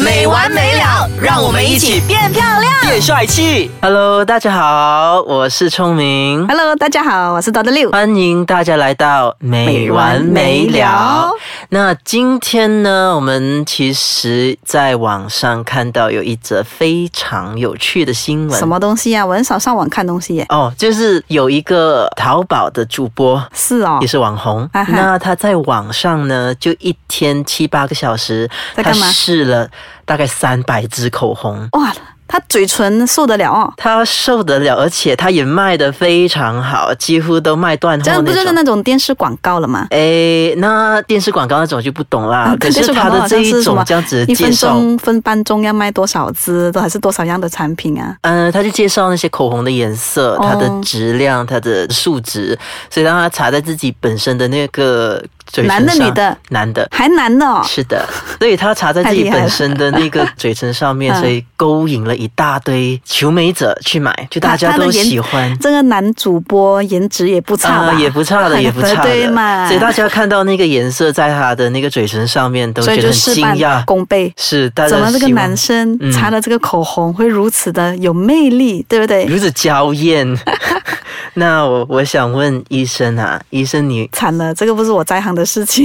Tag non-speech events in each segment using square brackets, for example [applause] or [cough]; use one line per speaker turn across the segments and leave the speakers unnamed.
没完没了，让我们一起变漂亮。
变帅气。Hello，大家好，我是聪明，
Hello，大家好，我是多德六。
欢迎大家来到没完没
没完没
了
了。
那今天呢，我们其实在网上看到有一则非常有趣的新闻。
什？么东西呀、啊？我很少上网看东西耶。
哦，就是有一个淘宝的主播，
是哦
也，是网红。
啊哈
那他在网上呢，就一天七八个小时，
在
他
干嘛
试了大概三百支口红。
哇，他嘴唇受得了哦，
他受得了，而且他也卖得非常好，几乎都卖断货
这
那
样
种。
不就是那种电视广告了吗？
诶，那电视广告那种就不懂啦。
[laughs]
可
电视
是啊
广
他
告
的
好
这
像嗯是
一
什
种
么
这样子的
一
介
分
绍，
钟分半钟要卖多少支，都还是多少样的产品啊？
嗯、他就介绍那些口红的颜色、它的
哦
质量、它的数值，所以让他擦在自己本身的那个嘴唇
男的
上
女的
男的。
还难的哦，
是的，所以他擦
[laughs]
在自己本身的那个嘴唇上面，
太厉害了嗯
所以勾引了一大堆求美者去买，就大家
他他
都
的颜
喜欢。
这个男主播颜值也不差吧？
嗯也不差的，也不差的，
对嘛？
所以大家看到那个颜色在他的那个嘴唇上面，都
所
觉得
以就
很
事
惊
半
讶。
功倍。
是，大家
怎么这个
希望
男生
嗯
擦了这个口红会如此的有魅力，对不对？
如此娇艳？ [laughs] 那我我想问医生啊，医生你
惨了，这个不是我在行的事情。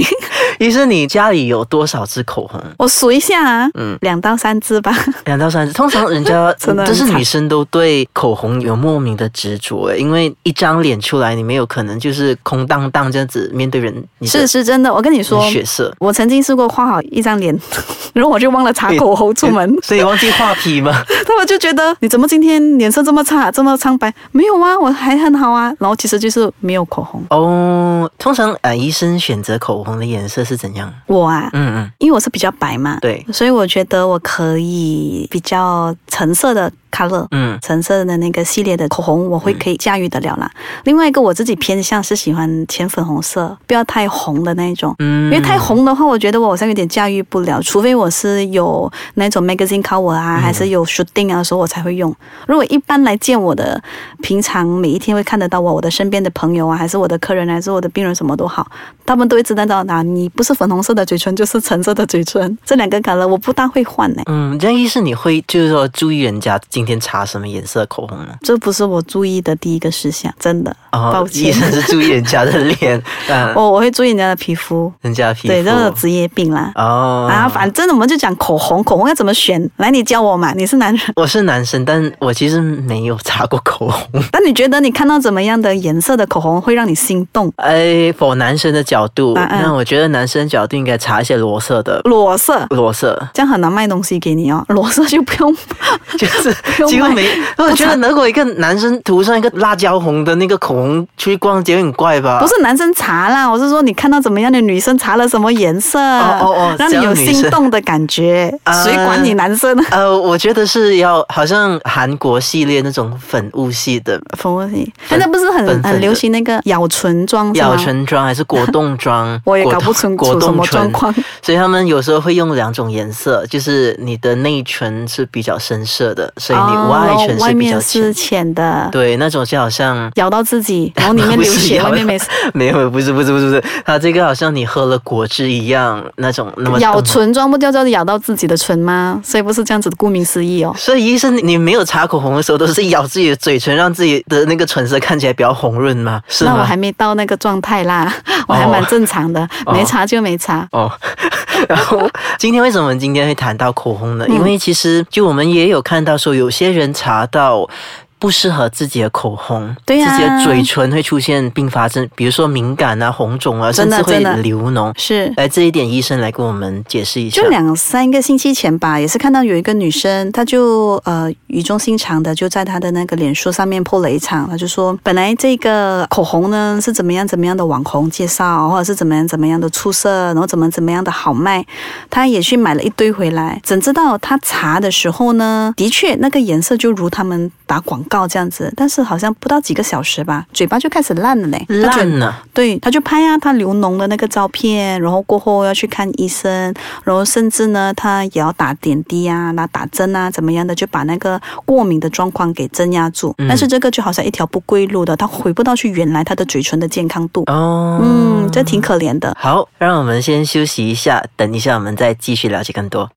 医生你家里有多少支口红？
我数一下啊，
嗯
两到三支吧。
两到三支，通常人家
[laughs] 真的很
就是
惨
女生都对口红有莫名的执着诶，因为一张脸出来，你没有可能就是空荡荡这样子面对人，你的
是是真的，我跟你说
你，血色，
我曾经试过画好一张脸， [laughs] 然后我就忘了擦口红出门，
所以忘记画皮吗？
[laughs] 他们就觉得你怎么今天脸色这么差，这么苍白？没有啊，我还很好啊。然后其实就是没有口红。
哦通常呃，医生选择口红的颜色是怎样？
我啊，
嗯嗯，
因为我是比较白嘛，
对，
所以我觉得我可以比较橙色的 color。
嗯，
橙色的那个系列的口红，我会可以驾驭得了
嗯
啦。另外一个我自己偏向是喜欢浅粉红色，不要太红的那一种。
嗯
因为太红的话，我觉得我好像有点驾驭不了，除非我是有那种
嗯
magazine cover 啊，还是有 shooting 啊的时候我才会用。如果一般来见我的，平常每一天会看得到我，我的身边的朋友啊，还是我的客人，还是我的病人，什么都好，他们都会知道到啊，你不是粉红色的嘴唇，就是橙色的嘴唇，这两个 color 我不大会换呢、
嗯，这样医生你会就是说注意人家今天擦什么颜色口红吗？
这不是我注意的第一个事项，真的，抱
医
歉，
生哦是注意人家的脸，嗯、
[laughs] 我我会注意人家的皮肤，
人家的皮肤。
对，这个职业病啦。
哦
啊，反正我们就讲口红，口红要怎么选？来，你教我嘛，你是男
[laughs]
人。
我是男生，但我其实没有擦过口红。 [laughs]
但你觉得你看到怎么样的颜色的口红会让你心动？
哎，否男生的角度，
啊啊
那我觉得男生角度应该擦一些裸色的，
裸色，
裸色
这样很难卖东西给你哦。 [laughs] 裸色就不用， [laughs]
就是
用
几乎
卖
没。我觉得如果一个男生涂上一个辣椒红的那个口红出去逛街，有点怪吧？
不是男生查啦，我是说你看到怎么样的女生查了什么颜色，
哦哦哦
让你有心动的感觉
啊，
谁管你男
[laughs]
生呢？
呃，我觉得是要好像韩国系列那种粉雾系的
冯文熙，现在不是
粉粉
很
的
很流行那个咬唇妆是吗，
咬？唇妆还是果冻妆
[laughs] 我也
果
搞不
冻
清
果
楚什
冻
么
唇
状。况。
所以他们有时候会用两种颜色，就是你的内唇是比较深色的，所以你
哦
外
然
唇
后外
是比较
面
浅。
是浅的，
对，那种就好像
咬到自己，然后里面
[laughs] 不
流
是
血，
咬
外面没
到没有，不是不是不是不是，它这个好像你喝了果汁一样那种那么
咬
冻。
唇妆不就叫咬到自己的唇吗？所以不是这样子，顾名思义哦。
所以医生，你没有擦口红的时候，都是咬自己的嘴唇，让自己的那个唇色看起来比较红润吗？是吗？
那我还没到那个状态啦，我还蛮正常的，
哦
没查就没查。
哦， [laughs] 然后今天为什么我们今天会谈到口红呢？
嗯
因为其实就我们也有看到说，有些人查到。不适合自己的口红，
对呀
自己的嘴唇会出现并发症，比如说敏感啊、红肿啊，甚
真
至
的
会
真的
流脓。啊
是，
来，这一点医生来跟我们解释一下。
就两三个星期前吧，也是看到有一个女生，她就呃语重心长的就在她的那个脸书上面破了一场，她就说本来这个口红呢是怎么样怎么样的网红介绍，或者是怎么样怎么样的出色，然后怎么怎么样的好卖，她也去买了一堆回来。怎知道她查的时候呢，的确那个颜色就如他们打广告这样子，但是好像不到几个小时吧，嘴巴就开始烂了嘞，他嘴
烂了，
对，他就拍啊，他流脓的那个照片，然后过后要去看医生，然后甚至呢，他也要打点滴啊，拿打针啊，怎么样的，就把那个过敏的状况给镇压住。
嗯
但是这个就好像一条不归路的，他回不到去原来他的嘴唇的健康度。
哦，
嗯，这挺可怜的。
好，让我们先休息一下，等一下我们再继续了解更多。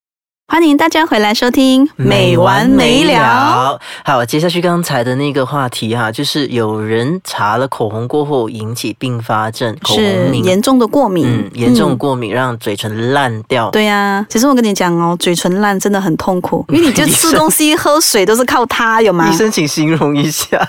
欢迎大家回来收听《美完没了》。。
好，接下去刚才的那个话题哈、就是有人查了口红过后引起并发症，口红
是
敏
严重的过敏，
嗯严重
嗯
过敏，让嘴唇烂掉。
对呀、其实我跟你讲哦，嘴唇烂真的很痛苦，因为你就
医生
吃
[laughs]
东西、喝水都是靠它，有吗
医？生，请形容一下，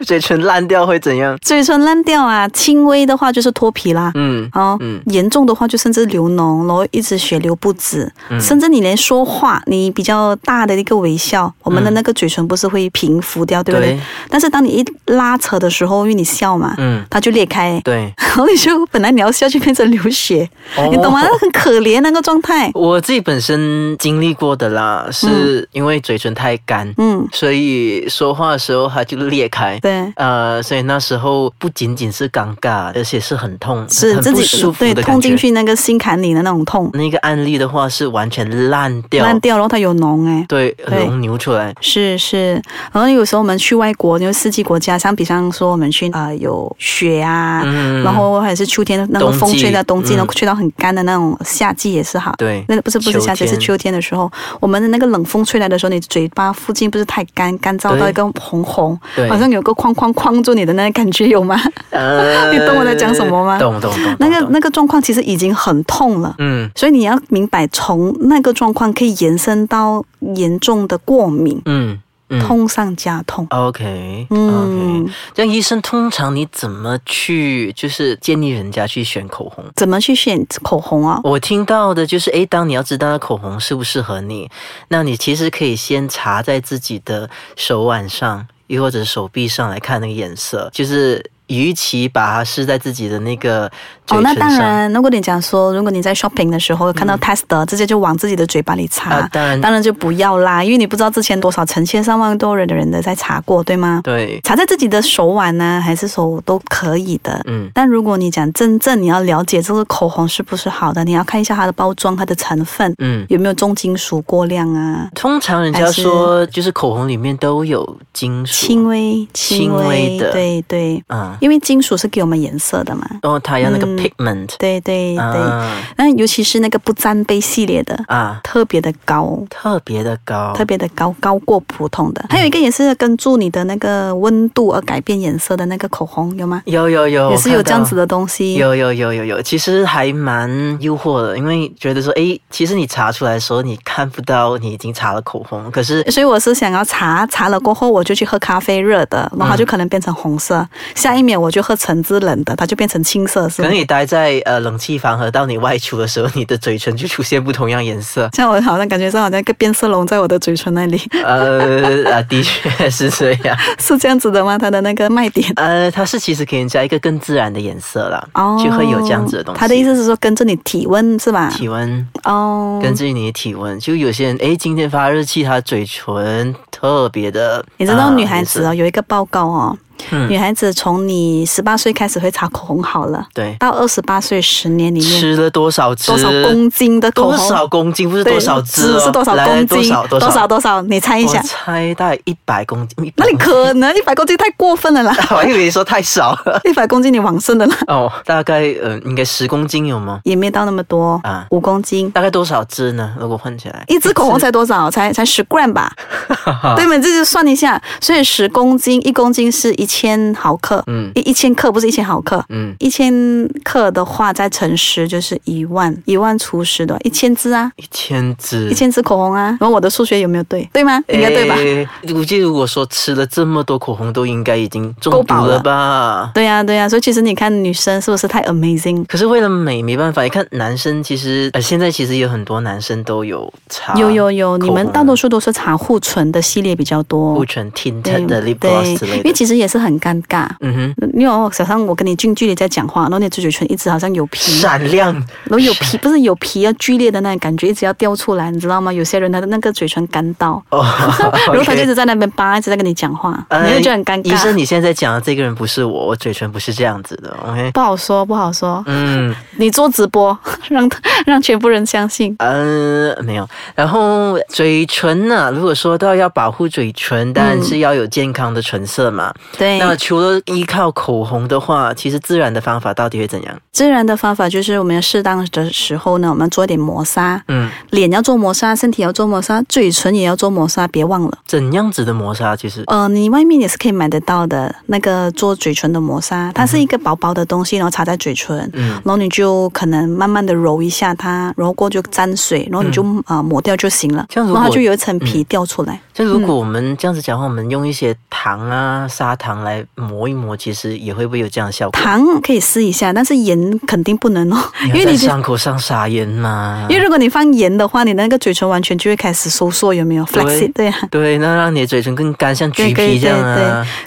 嘴唇烂掉会怎样？
嘴唇烂掉啊，轻微的话就是脱皮啦，
嗯，
哦，
嗯
严重的话就甚至流脓，然后一直血流不止，
嗯
甚至你连说话，你比较大的一个微笑，我们的那个嘴唇不是会平浮掉，对不对？
对
但是当你一拉扯的时候，因为你笑嘛，
嗯，
它就裂开，
对，
然后你就本来你要笑就变成流血，你懂吗？
哦
那很可怜那个状态。
我自己本身经历过的啦，是因为嘴唇太干，
嗯，
所以说话的时候它就裂开。
对，
呃，所以那时候不仅仅是尴尬，而且是很痛，
是
很
自
不
己
舒服
对
的感觉。
痛进去那个心坎里的那种痛，
那个案例的话是完全烂掉，
烂掉，然后它有脓哎、
对，溶流出来。
是是，然后有时候我们去外国，就是四季国家，像比方说我们去呃有雪啊，
嗯，
然后还是秋天那种
冬
风
季
吹到冬季，
嗯
然后吹到很干的那种夏季也是哈。
对，
那不是不是夏季，
秋
是
天
秋天的时候，我们的那个冷风吹来的时候，你嘴巴附近不是太干，干燥到
对
一个红红，
对
好像有个框框框住你的那个感觉有吗？
呃
[laughs] 你懂我在讲什么吗
懂懂懂，
那
懂
个
懂
那个状况其实已经很痛了。
嗯
所以你要明白，从那个状况可以延伸到严重的过敏，
嗯嗯
痛上加痛。
，OK，OK。
嗯，
这样医生通常你怎么去就是建议人家去选口红？
怎么去选口红啊？
[laughs] 我听到的就是，诶，当你要知道口红适不适合你，那你其实可以先擦在自己的手腕上，又或者手臂上来看那个颜色，就是。与其把它试在自己的那个嘴
哦，那
唇
当
上，嗯
然，如果你讲说，如果你在 shopping 的时候看到 tester，、直接就往自己的嘴巴里擦，
啊当然
就不要啦，因为你不知道之前多少成千上万多人的人的在擦过，对吗？
对，
擦在自己的手腕呢、还是手都可以的。
嗯
但如果你讲真正你要了解这个口红是不是好的，你要看一下它的包装、它的成分
嗯。
有没有重金属过量啊，
通常人家说，就是口红里面都有金属，
轻微、
轻微的
对对，
啊，
因为金属是给我们颜色的嘛。
然后它要那个
嗯
pigment，
对对对，
啊
那、嗯尤其是那个不沾杯系列的，
啊，
特别的高，
特别的高，
特别的高，高过普通的。还有一个也是根据你的那个温度而改变颜色的那个口红，有吗？
有有有，
也是
哦我
有
看
这样子
到。
的东西。
有有有有有，其实还蛮诱惑的，因为觉得说，诶，其实你查出来的时候，你看不到你已经查了口红，可是
所以我是想要查查了过后，我就去喝咖啡热的，然后它就可能变成红
嗯
色。下一秒我就喝橙汁冷的，它就变成青色，是
可
吗
能？你待在呃冷气房和到你外出的时候，你的嘴唇就出现不同样颜色。
像我好像感觉上好像一个变色龙在我的嘴唇那里， [laughs]
呃 [laughs] 啊，的确是这样。
是这样子的吗？它的那个卖点。
呃，它是其实给人家一个更自然的颜色啦，
哦，
就会有这样子的东西。
他的意思是说跟着你体温是吧？
体温，
哦，
根据你的体温，就有些人诶，今天发热气，他嘴唇特别的，
你知道
啊
女孩子，
也
哦，有一个报告哦，
嗯
女孩子从你十八岁开始会擦口红好了，
是对，
到二十八岁十年里面
吃了多少吃
多少公斤的口
多
红？
少公斤不是
对
多少只、哦，
是多少
来来
公斤？
多少多
多少多少你猜一
我
下？
猜大概一百公斤，100
那你
公斤 [laughs]
可能一百公斤太过分了啦，
我还以为说太
[laughs]
少了
一百公斤你往生的啦，
哦，大概呃应该十公斤有吗？
也没到那么多
啊，
五公斤。
大概多少只呢？如果换起来，
一支口红才多少？才才十 gram 吧，对吗？这就算一下，所以十公斤，一公斤是一千毫克，
嗯
一一千克不是一千毫克，
嗯，
一千克的话，再乘十就是一万，一万除十的话一千支啊，
一千只，
一千支口红啊。然后我的数学有没有对？对吗？应该对吧？
嗯诶估计如果说吃了这么多口红，都应该已经中
够
毒
饱了
了吧？
对呀、对呀、所以其实你看，女生是不是太 amazing？
可是为了美没办法，你看男生其实呃现在其实有很多男生都有擦，
有有有，
啊口
你
红
们大多数都是擦护唇的系列比较多
护。唇
对
tinted 的 lip
对
gloss 之类
因为
的，
其实也是很尴尬。
嗯哼，
因为我手上我跟你近距离在讲话，然后你的嘴唇一直好像有皮，
闪亮，
然后有皮不是有皮要剧烈的那种感觉，一直要掉出来，你知道吗？有些人他的那个嘴唇干到， [laughs]
哦，
然后他就一
OK
直在那边扒，一直在跟你讲话，
呃
你就觉得很尴
医生，
尬。
你现在讲的这个人不是我，我嘴唇不是这样子的，OK？
[laughs] 不好说，不好说。
嗯
你做直播，让他 [laughs] 让全部人相信。
嗯、呃没有。然后嘴唇呢、如果说到要保护嘴唇，当然是要有健康的唇色嘛。
对，
那除了依靠口红的话，其实自然的方法到底会怎样？
自然的方法就是我们适当的时候呢，我们做一点磨砂，
嗯，
脸要做磨砂，身体要做磨砂，嘴唇也要做磨砂，别忘了。
怎样子的磨砂？其实，
呃，你外面也是可以买得到的那个做嘴唇的磨砂，它是一个薄薄的东西，然后擦在嘴唇，
嗯
然后你就可能慢慢的揉一下它，揉过就沾水，然后你就啊、呃抹掉就行了，
嗯这样
然
如
后
果
它就有一层皮掉出来。
就如果我们这样子讲话，我们用一些糖啊、砂糖来磨一磨，其实也会不会有这样的效果？
糖可以试一下，但是盐肯定不能哦，因为
在
你就。
伤口上撒盐嘛
因。为如果你放盐的话，你那个嘴唇完全就会开始收缩，有没有
对
？flaxseed 对啊，
对，那让你的嘴唇更干，像
对
橘
对
皮这
对
样啊。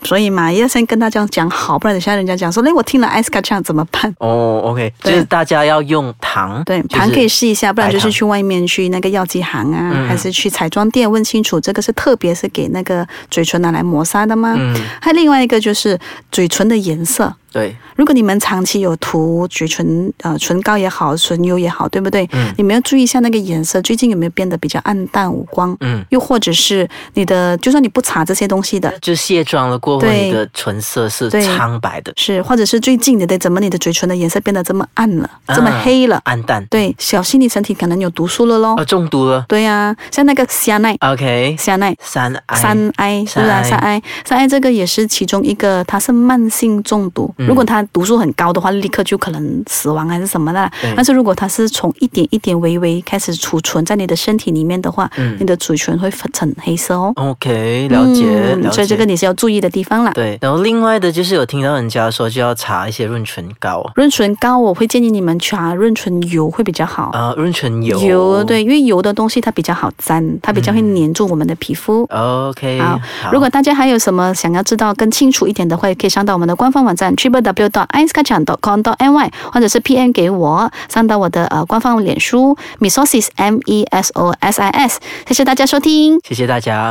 对，所以嘛，要先跟大家讲好，不然等下人家讲说，哎，我听了 ice c a t c h 怎么办？
哦，OK，就
对
是大家要用糖，
对，
就是
糖可以试一下，不然就
白
是
糖
去外面去那个药剂行啊，
嗯
还是去彩妆店问清楚，这个是特别是给那个嘴唇拿来磨砂的吗？
嗯，
还有另外一个就是嘴唇的颜色，
对，
如果你们长期有涂嘴唇呃唇膏也好，唇油也好，对不对？
嗯
你们要注意一下那个颜色，最近有没有变得比较暗淡无光？
嗯，
又或者是你的，就算你不擦这些东西的，
就卸妆了过后，
对
你的唇色是
对
苍白的，
是，或者是最近你的怎么你的嘴唇的颜色变得这么暗了，这么
啊
黑了？
暗淡，
对，小心你身体可能有毒素了喽。
哦，中毒了
对呀、像那个虾奈，
，OK，
虾奈。
三癌，
三 I 是不是啊？三
三
I 三 I 这个也是其中一个，它是慢性中毒。
嗯
如果它毒素很高的话，立刻就可能死亡还是什么的啦
对。
但是如果它是从一点一点微微开始储存在你的身体里面的话，
嗯
你的嘴唇会呈黑色哦。
，OK，了解，
嗯
了解，
所以这个你是要注意的地方啦。
对，然后另外的就是有听到人家说就要擦一些润唇膏，
润唇膏我会建议你们擦润唇油会比较好。
啊，润唇油，
油对，因为油的东西它比较好粘，它比较会粘住我们的皮肤。
，OK，
好，如果大家还有什么想要知道更清楚一点的话，也可以上到我们的官方网站 triple w dot i c e k a c h a n dot com dot ny，或者是 PM 给我，上到我的呃官方脸书 m e s o s i s m e s o s i s。谢谢大家收听。
谢谢大家。